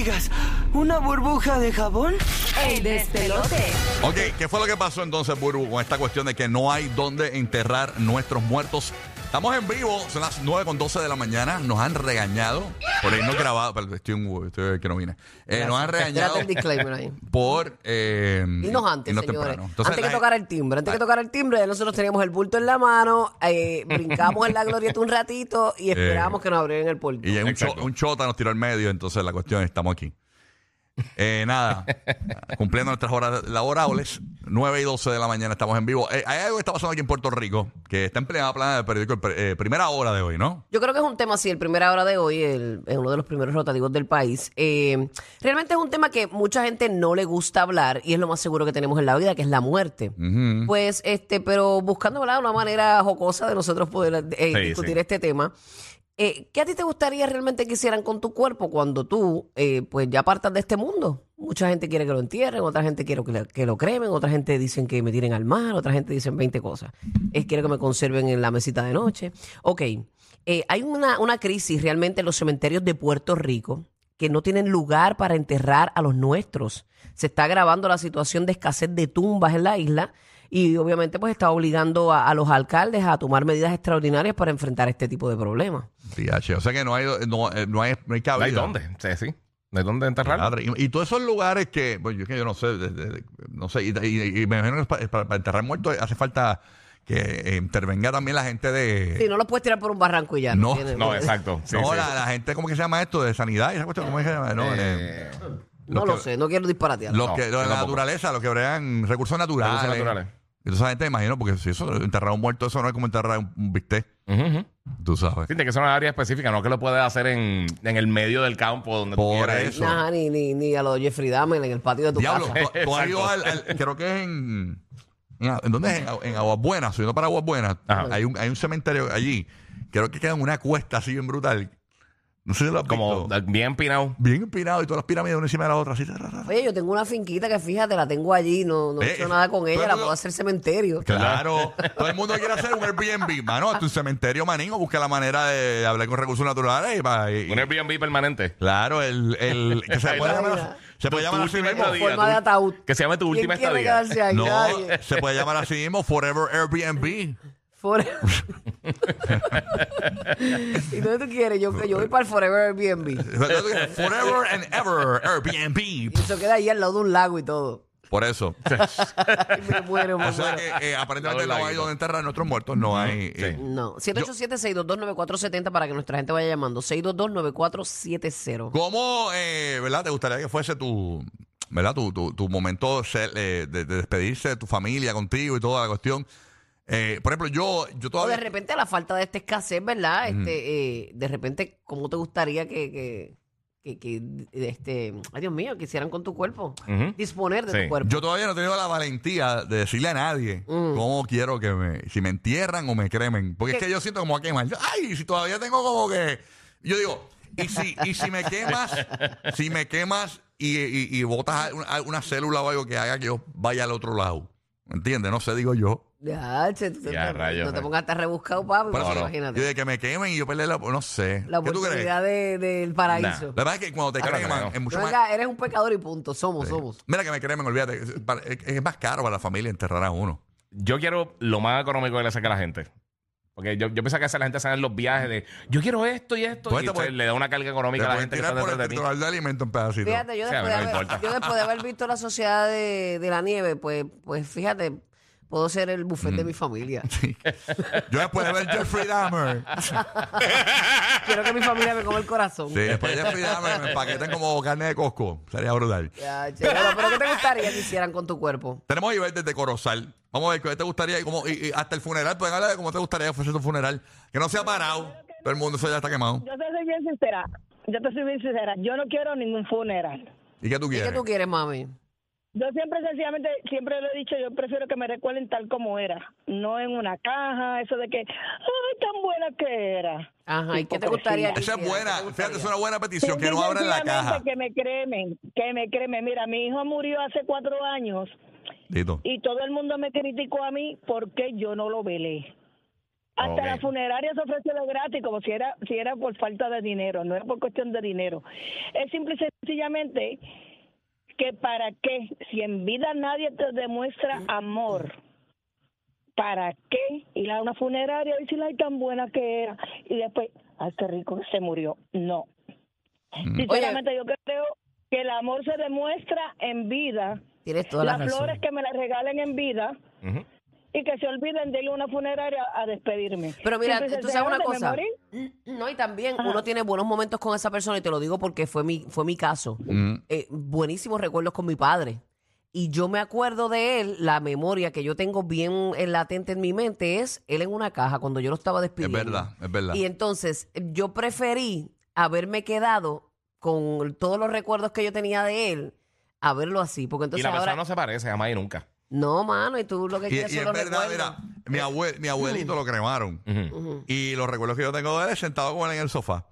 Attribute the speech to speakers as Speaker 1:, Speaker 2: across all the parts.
Speaker 1: digas. ¿Una burbuja de jabón?
Speaker 2: El despelote.
Speaker 3: Ok, ¿qué fue lo que pasó entonces, Burbu, con esta cuestión de que no hay dónde enterrar nuestros muertos? Estamos en vivo, son las 9 con 12 de la mañana, nos han regañado por irnos grabado, pero estoy un estoy que no vine. Eh, nos han regañado
Speaker 4: Espérate el disclaimer ahí.
Speaker 3: por... Eh,
Speaker 4: Dinos antes,
Speaker 3: irnos
Speaker 4: señores.
Speaker 3: temprano. Entonces,
Speaker 4: antes que
Speaker 3: la-
Speaker 4: tocar el timbre, antes que tocar el timbre, nosotros teníamos el bulto en la mano, eh, brincamos en la glorieta un ratito y esperábamos que nos abrieran el portón.
Speaker 3: Eh. Y un, cho-
Speaker 5: Exacto.
Speaker 3: un chota nos tiró al medio, entonces la cuestión es, estamos aquí. Eh, nada, cumpliendo nuestras horas laborables, 9 y 12 de la mañana estamos en vivo. Eh, hay algo que está pasando aquí en Puerto Rico, que está en plena plana del periódico el pre- eh, Primera Hora de hoy, ¿no?
Speaker 4: Yo creo que es un tema, sí, el primera hora de hoy, el- es uno de los primeros rotativos del país. Eh, realmente es un tema que mucha gente no le gusta hablar y es lo más seguro que tenemos en la vida, que es la muerte. Pues, este, pero buscando ¿verdad? una manera jocosa de nosotros poder eh,
Speaker 5: Sí,
Speaker 4: discutir
Speaker 5: sí.
Speaker 4: este tema. eh, ¿Qué a ti te gustaría realmente que hicieran con tu cuerpo cuando tú, eh, pues, ya partas de este mundo? Mucha gente quiere que lo entierren, otra gente quiere que lo, que lo cremen, otra gente dicen que me tiren al mar, otra gente dicen 20 cosas. Es, quiero que me conserven en la mesita de noche. Ok, eh, hay una, una crisis realmente en los cementerios de Puerto Rico que no tienen lugar para enterrar a los nuestros. Se está agravando la situación de escasez de tumbas en la isla y obviamente pues está obligando a, a los alcaldes a tomar medidas extraordinarias para enfrentar este tipo de problemas.
Speaker 3: TH, O sea que no hay, no, eh, no hay, no hay
Speaker 5: No
Speaker 3: cabida.
Speaker 5: hay dónde, sí, sí. No hay dónde enterrar.
Speaker 3: Claro, Y, y todos esos lugares que, pues yo, que yo no sé, de- de- de- no sé, y, y- y me imagino que pa- para, para enterrar muertos hace falta que eh, intervenga también la gente de...
Speaker 4: Sí, no los puedes tirar por un barranco y ya.
Speaker 3: No,
Speaker 4: ¿Entiendes? Pues,
Speaker 5: No, exacto. Sí,
Speaker 3: no,
Speaker 5: sí.
Speaker 3: la, la gente, ¿cómo que se llama esto? De sanidad y esa cuestión, ¿cómo es que se llama? No, eh,
Speaker 5: Eh,
Speaker 4: No
Speaker 3: Los
Speaker 4: lo
Speaker 3: que-
Speaker 4: sé, no quiero disparatear.
Speaker 3: Los
Speaker 5: No,
Speaker 3: que, los de
Speaker 5: yo
Speaker 3: la
Speaker 5: tampoco.
Speaker 3: naturaleza, los que bregan recursos naturales.
Speaker 5: Recursos naturales.
Speaker 3: Entonces, esa gente, imagino, porque si eso, enterrar a un muerto, eso no es como enterrar a un, un bistec,
Speaker 5: ujú, ujú.
Speaker 3: tú sabes.
Speaker 5: Fíjate que son áreas específicas, no que lo puedes hacer en, en el medio del campo donde tú
Speaker 3: Por
Speaker 5: quieras. ir.
Speaker 3: eso.
Speaker 4: Nah, ni, ni, ni a los Jeffrey Dahmer en el patio de tu
Speaker 3: Diablo, eh.
Speaker 4: casa.
Speaker 3: tú, tú has
Speaker 5: Exacto.
Speaker 3: ido al, al- creo que es en, en, ¿en ¿dónde es? En, Agu- en Aguas Buenas, subiendo para Aguas Buenas,
Speaker 5: Ajá.
Speaker 3: hay un, hay un cementerio allí, creo que queda en una cuesta así bien brutal, no sé si lo has
Speaker 5: Como
Speaker 3: visto.
Speaker 5: bien pinado.
Speaker 3: bien empinado y todas las pirámides una encima de la otra, así. ra, ra, ra.
Speaker 4: Oye, yo tengo una finquita que fíjate, la tengo allí, no, no he
Speaker 3: Eh,
Speaker 4: hecho nada con
Speaker 3: todo
Speaker 4: ella,
Speaker 3: el
Speaker 4: la
Speaker 3: mundo-
Speaker 4: puedo hacer cementerio.
Speaker 3: Claro, todo el mundo quiere hacer un Airbnb, mano, es un cementerio, manín, busca la manera de hablar con recursos naturales y, pa- y-
Speaker 5: Un Airbnb permanente.
Speaker 3: Claro, el, el que se puede
Speaker 4: Ay,
Speaker 3: llamar,
Speaker 4: mira.
Speaker 3: se puede
Speaker 5: Tu-
Speaker 3: llamar
Speaker 5: tu
Speaker 3: así
Speaker 5: última
Speaker 3: mismo.
Speaker 5: estadía.
Speaker 4: Forma de
Speaker 5: tú-
Speaker 4: ataúd.
Speaker 5: Que se llame tu
Speaker 4: ¿Quién
Speaker 5: última
Speaker 4: quiere
Speaker 5: estadía.
Speaker 4: quedarse ahí?
Speaker 3: No,
Speaker 4: Nadie.
Speaker 3: se puede llamar así mismo Forever Airbnb.
Speaker 4: Fore- ¿Y dónde tú quieres? Yo, yo voy para el Forever Airbnb.
Speaker 3: Forever and ever Airbnb.
Speaker 4: Y eso queda ahí al lado de un lago y todo.
Speaker 3: Por eso.
Speaker 4: Ay, me muero, me
Speaker 3: O sea
Speaker 4: muero.
Speaker 3: que eh, aparentemente
Speaker 5: Todo
Speaker 3: no
Speaker 5: el
Speaker 3: hay
Speaker 5: laguito.
Speaker 3: donde enterrar a nuestros muertos, no hay.
Speaker 5: Sí.
Speaker 3: eh,
Speaker 4: No, 787-622-9470 para que nuestra gente vaya llamando. 622-9470.
Speaker 3: ¿Cómo, eh, verdad, te gustaría que fuese tu, verdad, tu, tu, tu momento cel- eh, de, de despedirse de tu familia contigo y toda la cuestión? Eh, por ejemplo, yo,
Speaker 4: O
Speaker 3: yo
Speaker 4: de
Speaker 3: todavía.
Speaker 4: repente la falta de esta escasez, ¿verdad? Este, eh, de repente, ¿cómo te gustaría que, que, que- que, este, ay Dios mío, que hicieran con tu cuerpo?
Speaker 5: Ujú.
Speaker 4: Disponer de
Speaker 5: Sí.
Speaker 4: tu cuerpo.
Speaker 3: Yo todavía no he tenido la valentía de decirle a nadie
Speaker 4: Mm.
Speaker 3: cómo quiero que me, si me entierran o me cremen. Porque es que yo siento como a quemar. Yo, Ay, si todavía tengo como que. Yo digo, y si, y si me quemas, si me quemas y, y, y botas una, una célula o algo que haga que yo vaya al otro lado. ¿Entiendes? No sé, digo yo.
Speaker 4: Ya, che, tú te-
Speaker 5: Ya,
Speaker 4: no, te
Speaker 5: rayos, rayos.
Speaker 4: pongas tan rebuscado, papi,
Speaker 3: Por
Speaker 4: porque
Speaker 3: eso,
Speaker 4: Pues imagínate.
Speaker 3: Yo de que me quemen y yo perder la. No sé.
Speaker 4: la
Speaker 3: ¿Qué tú crees?
Speaker 4: oportunidad de- del paraíso.
Speaker 3: La verdad es que cuando te
Speaker 5: Ah, no,
Speaker 3: creman
Speaker 5: no, no.
Speaker 3: es mucho
Speaker 4: No,
Speaker 3: más.
Speaker 4: venga, eres un pecador y punto. Somos, somos.
Speaker 3: Mira que me cremen, olvídate. Es, para- es- es más caro para la familia enterrar a uno.
Speaker 5: Yo quiero lo más económico que le saque a la gente. Porque yo, yo pienso que esa la gente sale en los viajes de yo quiero esto y esto.
Speaker 3: Pues
Speaker 5: y
Speaker 3: te
Speaker 5: usted
Speaker 3: puede-
Speaker 5: le da una carga económica
Speaker 3: Te
Speaker 5: a la
Speaker 3: pueden
Speaker 5: gente que está
Speaker 3: tirar por el
Speaker 5: detrás de mí.
Speaker 3: titular de alimento en pedacitos.
Speaker 4: Fíjate, yo
Speaker 5: Sí,
Speaker 4: después,
Speaker 5: a
Speaker 4: de
Speaker 5: mí no me
Speaker 4: haber,
Speaker 5: importa.
Speaker 4: yo después de haber visto la sociedad de, de la nieve, pues, pues fíjate, puedo ser el buffet de mi familia.
Speaker 3: Yo después de ver Jeffrey Dahmer.
Speaker 4: Quiero que mi familia me coma el corazón.
Speaker 3: Sí, después de Jeffrey Dahmer me empaquetan como carne de Costco. Sería brutal.
Speaker 4: Ya, che, bueno, pero ¿qué te gustaría que hicieran con tu cuerpo?
Speaker 3: Tenemos a Ivette desde Corozal. Vamos a ver qué te gustaría. Y, cómo- y- y hasta el funeral, pueden hablar de cómo te gustaría que fuese tu funeral. Que no sea parado. Todo el mundo eso ya está quemado.
Speaker 6: Yo te soy bien sincera. Yo te soy bien sincera. Yo no quiero ningún funeral.
Speaker 3: ¿Y qué tú
Speaker 4: ¿Y
Speaker 3: quieres?
Speaker 4: qué tú quieres, mami?
Speaker 6: Yo siempre, sencillamente, siempre lo he dicho, yo prefiero que me recuerden tal como era. No en una caja, eso de que, ay, tan buena que era.
Speaker 4: Ajá, ¿y qué te
Speaker 6: Hipocresía.
Speaker 4: gustaría? que
Speaker 3: Esa es
Speaker 4: hicieran?
Speaker 3: buena.
Speaker 4: ¿Qué te
Speaker 3: Fíjate, es
Speaker 4: gustaría?
Speaker 3: una buena petición. Que
Speaker 6: Simple y
Speaker 3: no abran la
Speaker 6: sencillamente
Speaker 3: caja.
Speaker 6: Que me cremen, que me cremen. Mira, mi hijo murió hace cuatro años
Speaker 3: Tito.
Speaker 6: y todo el mundo me criticó a mí porque yo no lo velé. Hasta
Speaker 5: Ok.
Speaker 6: la funeraria se ofrece lo gratis, como si era, si era por falta de dinero, no era por cuestión de dinero. Es simple y sencillamente que para qué, si en vida nadie te demuestra amor, ¿para qué ir a una funeraria y decirle, ay, tan buena que era? Y después, ay, qué rico, se murió. No. Sinceramente, yo creo que el amor se demuestra en vida.
Speaker 4: Tienes toda la
Speaker 6: Las
Speaker 4: razón.
Speaker 6: flores que me las regalen en vida
Speaker 5: Ujú.
Speaker 6: y que se olviden de ir a una funeraria a despedirme.
Speaker 4: Pero mira,
Speaker 6: Simple y
Speaker 4: tú sabes una
Speaker 6: sencillamente, me
Speaker 4: cosa. Mm,
Speaker 6: morí.
Speaker 4: No, y también uno tiene buenos momentos con esa persona, y te lo digo porque fue mi, fue mi caso.
Speaker 3: Mm,
Speaker 4: Eh, buenísimos recuerdos con mi padre. Y yo me acuerdo de él, la memoria que yo tengo bien eh, latente en mi mente es él en una caja cuando yo lo estaba despidiendo.
Speaker 3: Es verdad, es verdad.
Speaker 4: Y entonces eh, yo preferí haberme quedado con todos los recuerdos que yo tenía de él, a verlo así. Porque
Speaker 5: Y
Speaker 4: entonces
Speaker 5: la persona
Speaker 4: ahora.
Speaker 5: no se parece jamás y nunca.
Speaker 4: No, mano, y tú lo que
Speaker 3: Y,
Speaker 4: quieres
Speaker 3: y
Speaker 4: son
Speaker 3: es
Speaker 4: los
Speaker 3: verdad,
Speaker 4: recuerdos.
Speaker 3: mira, mi, abue- mi abuelito lo cremaron.
Speaker 5: Ujú.
Speaker 3: Y los recuerdos que yo tengo de él es sentado con él en el sofá.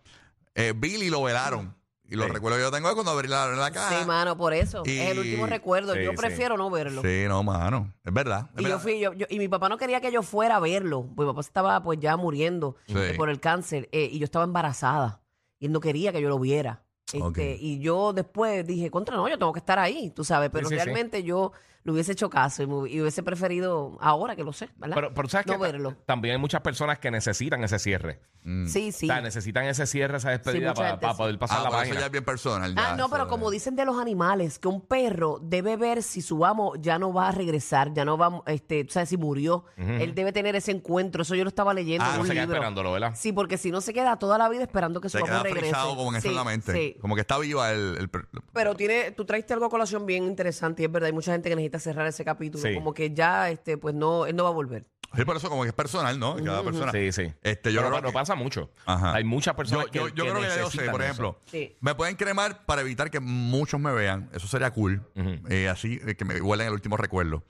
Speaker 3: Eh, Billy lo velaron. Y los
Speaker 5: Sí.
Speaker 3: recuerdos que yo tengo es cuando abrieron la caja.
Speaker 4: Sí, mano, por eso.
Speaker 3: Ah. Y-
Speaker 4: Es el último recuerdo.
Speaker 5: Sí,
Speaker 4: yo
Speaker 5: sí.
Speaker 4: prefiero no verlo.
Speaker 3: Sí, no, mano. Es verdad. es
Speaker 4: Y yo
Speaker 3: verdad.
Speaker 4: fui, yo, yo- y mi papá no quería que yo fuera a verlo. pues Mi papá estaba pues ya muriendo
Speaker 3: Sí.
Speaker 4: eh, por el cáncer eh, y yo estaba embarazada. Y él no quería que yo lo viera. Este,
Speaker 3: Ok.
Speaker 4: Y yo después dije, contra, no, yo tengo que estar ahí, tú sabes. Pero
Speaker 5: sí, sí.
Speaker 4: realmente yo le hubiese hecho caso y, me hu- y hubiese preferido, ahora que lo sé, ¿verdad?
Speaker 5: Pero, pero sabes
Speaker 4: no
Speaker 5: que
Speaker 4: verlo.
Speaker 5: también hay muchas personas que necesitan ese cierre.
Speaker 4: Sí, sí. Ah,
Speaker 5: O sea, necesitan ese cierre, esa despedida
Speaker 4: mucha
Speaker 5: para,
Speaker 4: gente sí.
Speaker 5: poder pasar
Speaker 3: Ah,
Speaker 5: la
Speaker 3: pero eso
Speaker 5: página.
Speaker 3: ya es bien personal.
Speaker 4: Ah,
Speaker 3: ya,
Speaker 4: no,
Speaker 3: eso
Speaker 4: pero
Speaker 3: es-
Speaker 4: como dicen de los animales, que un perro debe ver si su amo ya no va a regresar, ya no va, este, o sea, si murió, él debe tener ese encuentro. Eso yo lo estaba leyendo
Speaker 3: Ah,
Speaker 4: en
Speaker 5: no
Speaker 4: un
Speaker 5: se queda
Speaker 4: libro.
Speaker 5: esperándolo, ¿verdad?
Speaker 4: Sí, porque si no se queda toda la vida esperando que su
Speaker 3: Se
Speaker 4: amo
Speaker 3: queda
Speaker 4: regrese.
Speaker 3: frisado como en eso
Speaker 4: Sí,
Speaker 3: en la mente.
Speaker 4: sí.
Speaker 3: Como que está viva el... el per-
Speaker 4: Pero tiene, tú traiste algo a colación bien interesante y es verdad, hay mucha gente que necesita cerrar ese capítulo,
Speaker 5: Sí.
Speaker 4: como que ya, este, pues no, él no va a volver.
Speaker 3: Sí, por eso como que es personal, ¿no? Cada persona.
Speaker 5: Sí, sí.
Speaker 3: Este, yo
Speaker 5: Pero
Speaker 3: creo
Speaker 5: no
Speaker 3: que-
Speaker 5: pasa mucho.
Speaker 3: Ajá.
Speaker 5: Hay muchas personas
Speaker 3: Yo, yo,
Speaker 5: que,
Speaker 3: yo creo que ya yo sé,
Speaker 5: necesitan
Speaker 3: por
Speaker 5: eso.
Speaker 3: ejemplo.
Speaker 4: Sí.
Speaker 3: Me pueden cremar para evitar que muchos me vean. Eso sería cool. Eh, así eh, que me huelen el último recuerdo.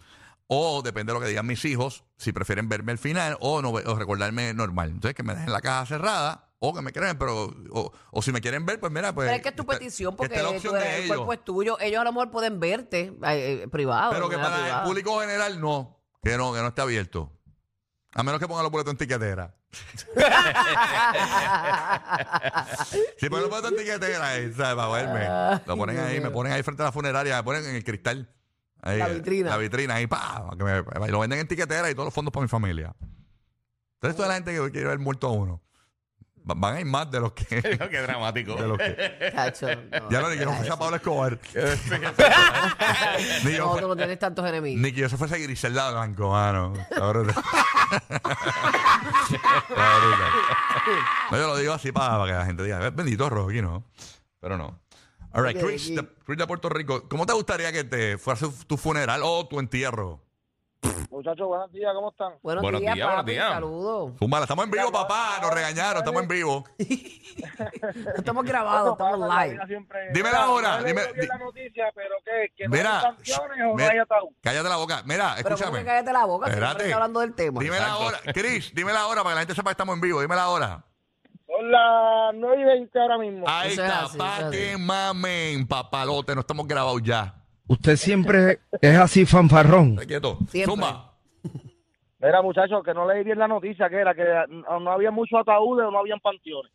Speaker 3: O depende de lo que digan mis hijos, si prefieren verme al final o no ve- o recordarme normal. Entonces, que me dejen la caja cerrada o que me cremen, pero. O, o si me quieren ver, pues mira, pues.
Speaker 4: Pero es que es tu
Speaker 3: está-
Speaker 4: petición
Speaker 3: que
Speaker 4: porque
Speaker 3: esté la
Speaker 4: tú
Speaker 3: opción
Speaker 4: eres-
Speaker 3: de
Speaker 4: el
Speaker 3: ellos.
Speaker 4: cuerpo es tuyo, ellos a lo mejor pueden verte eh, eh, privado.
Speaker 3: Pero
Speaker 4: de
Speaker 3: que
Speaker 4: manera
Speaker 3: para
Speaker 4: privada.
Speaker 3: el público general no. Que no, que no esté abierto. A menos que pongan los boletos en tiquetera. Si ponen los boletos en tiquetera, ahí, ¿sabes? Para
Speaker 4: Ah,
Speaker 3: verme. Lo ponen ahí, me ponen ahí frente a la funeraria, me ponen en el cristal. Ahí,
Speaker 4: La
Speaker 3: eh,
Speaker 4: vitrina.
Speaker 3: La vitrina, ahí, pa. que me- y lo venden en tiquetera y todos los fondos para mi familia. Entonces, toda la gente que quiere ver muerto a uno. Va- Van a ir más de los que.
Speaker 5: Qué dramático.
Speaker 3: de los que.
Speaker 4: Cacho, no.
Speaker 3: Ya no, ni que no fuese a Pablo Escobar. Ni que
Speaker 4: No,
Speaker 3: no
Speaker 4: tú no tienes tantos enemigos.
Speaker 3: Ni que yo se fuese Griselda Blanco, mano. La bruta. La bruta. No, yo lo digo así para, que la gente diga, "Eh, bendito Rocky, ¿no? Pero no. All right, Chris de, Chris de Puerto Rico, ¿cómo te gustaría que te fuera su- tu funeral o tu entierro?
Speaker 7: Muchachos, buenos días, ¿cómo están?
Speaker 4: Buenos,
Speaker 5: Buenos
Speaker 4: días,
Speaker 5: días,
Speaker 4: papi,
Speaker 5: buenos días.
Speaker 4: saludos.
Speaker 3: Zúmbala, estamos en vivo, papá, nos regañaron, estamos en vivo.
Speaker 7: Eh,
Speaker 4: No estamos grabados,
Speaker 7: Esto pasa
Speaker 4: estamos
Speaker 7: en la
Speaker 4: live.
Speaker 7: vida siempre.
Speaker 3: Dime
Speaker 7: Mira,
Speaker 3: la hora,
Speaker 7: no he
Speaker 3: dime-
Speaker 7: leído bien
Speaker 3: di-
Speaker 7: la noticia, pero ¿qué? ¿Que no hay
Speaker 3: Mira,
Speaker 7: sanciones o no
Speaker 3: mira,
Speaker 7: hay ataúd?
Speaker 3: cállate la boca. Mira,
Speaker 4: Pero ¿cómo
Speaker 3: escúchame.
Speaker 4: que cállate la boca? Si
Speaker 3: Espérate.
Speaker 4: siempre está hablando del tema.
Speaker 3: Dime la
Speaker 5: Exacto.
Speaker 3: hora, Chris, dime la hora para que la gente sepa que estamos en vivo, dime la hora.
Speaker 7: Son las 9 y 20 ahora mismo.
Speaker 3: Ahí
Speaker 4: Eso es
Speaker 3: está,
Speaker 4: así, eso
Speaker 3: pa'
Speaker 4: es
Speaker 3: que mamen, papalote, no estamos grabados ya.
Speaker 8: Usted siempre es así fanfarrón.
Speaker 3: Está quieto.
Speaker 4: Siempre.
Speaker 3: Zumba.
Speaker 7: Mira, muchachos, que no leí bien la noticia, que era que no no había mucho ataúdes o no habían panteones.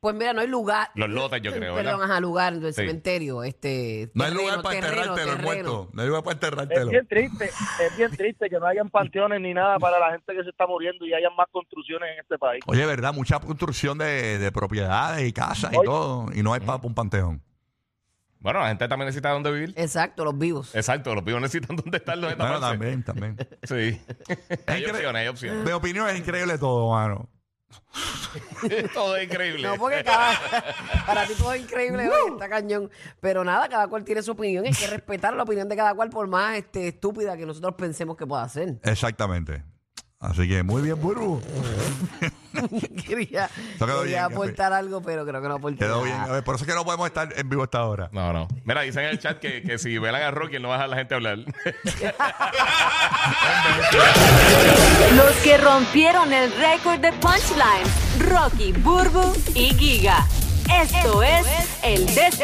Speaker 4: Pues mira, no hay lugar.
Speaker 5: Los lotes, yo creo,
Speaker 4: Perdón,
Speaker 5: ¿verdad?
Speaker 4: ajá, lugar del
Speaker 5: Sí.
Speaker 4: cementerio. Este,
Speaker 3: No hay
Speaker 4: terreno,
Speaker 3: lugar para
Speaker 4: terreno,
Speaker 3: enterrártelo, el
Speaker 4: terreno.
Speaker 3: muerto. No hay lugar para
Speaker 7: Es
Speaker 3: enterrártelo.
Speaker 7: bien triste, es bien triste que no hayan panteones ni nada para la gente que se está muriendo y hayan más construcciones en este país.
Speaker 3: Oye, ¿verdad? Mucha construcción de, de propiedades y casas y
Speaker 7: Oye.
Speaker 3: todo. Y no hay para un panteón.
Speaker 5: Bueno, la gente también necesita dónde vivir.
Speaker 4: Exacto, los vivos.
Speaker 5: Exacto, los pibos necesitan dónde estar los
Speaker 3: Bueno, también, también.
Speaker 5: Sí. hay opciones, hay opciones.
Speaker 3: De opinión es increíble todo, mano.
Speaker 5: Todo es increíble.
Speaker 4: No, porque cada, para ti todo es increíble, oye, está cañón. Pero nada, cada cual tiene su opinión. Hay que respetar la opinión de cada cual, por más este, estúpida que nosotros pensemos que pueda ser.
Speaker 3: Exactamente. Así que muy bien, Burbu.
Speaker 4: quería
Speaker 3: quedó
Speaker 4: quería
Speaker 3: bien,
Speaker 4: aportar algo, pero creo que no aporté nada.
Speaker 3: Quedó bien. A ver, por eso es que no podemos estar en vivo hasta ahora.
Speaker 5: No, no. Mira, dicen en el chat que, que si velan a Rocky, él no va a dejar a la gente hablar.
Speaker 2: Los que rompieron el récord de punchline. Rocky, Burbu y Giga. Esto, es, el des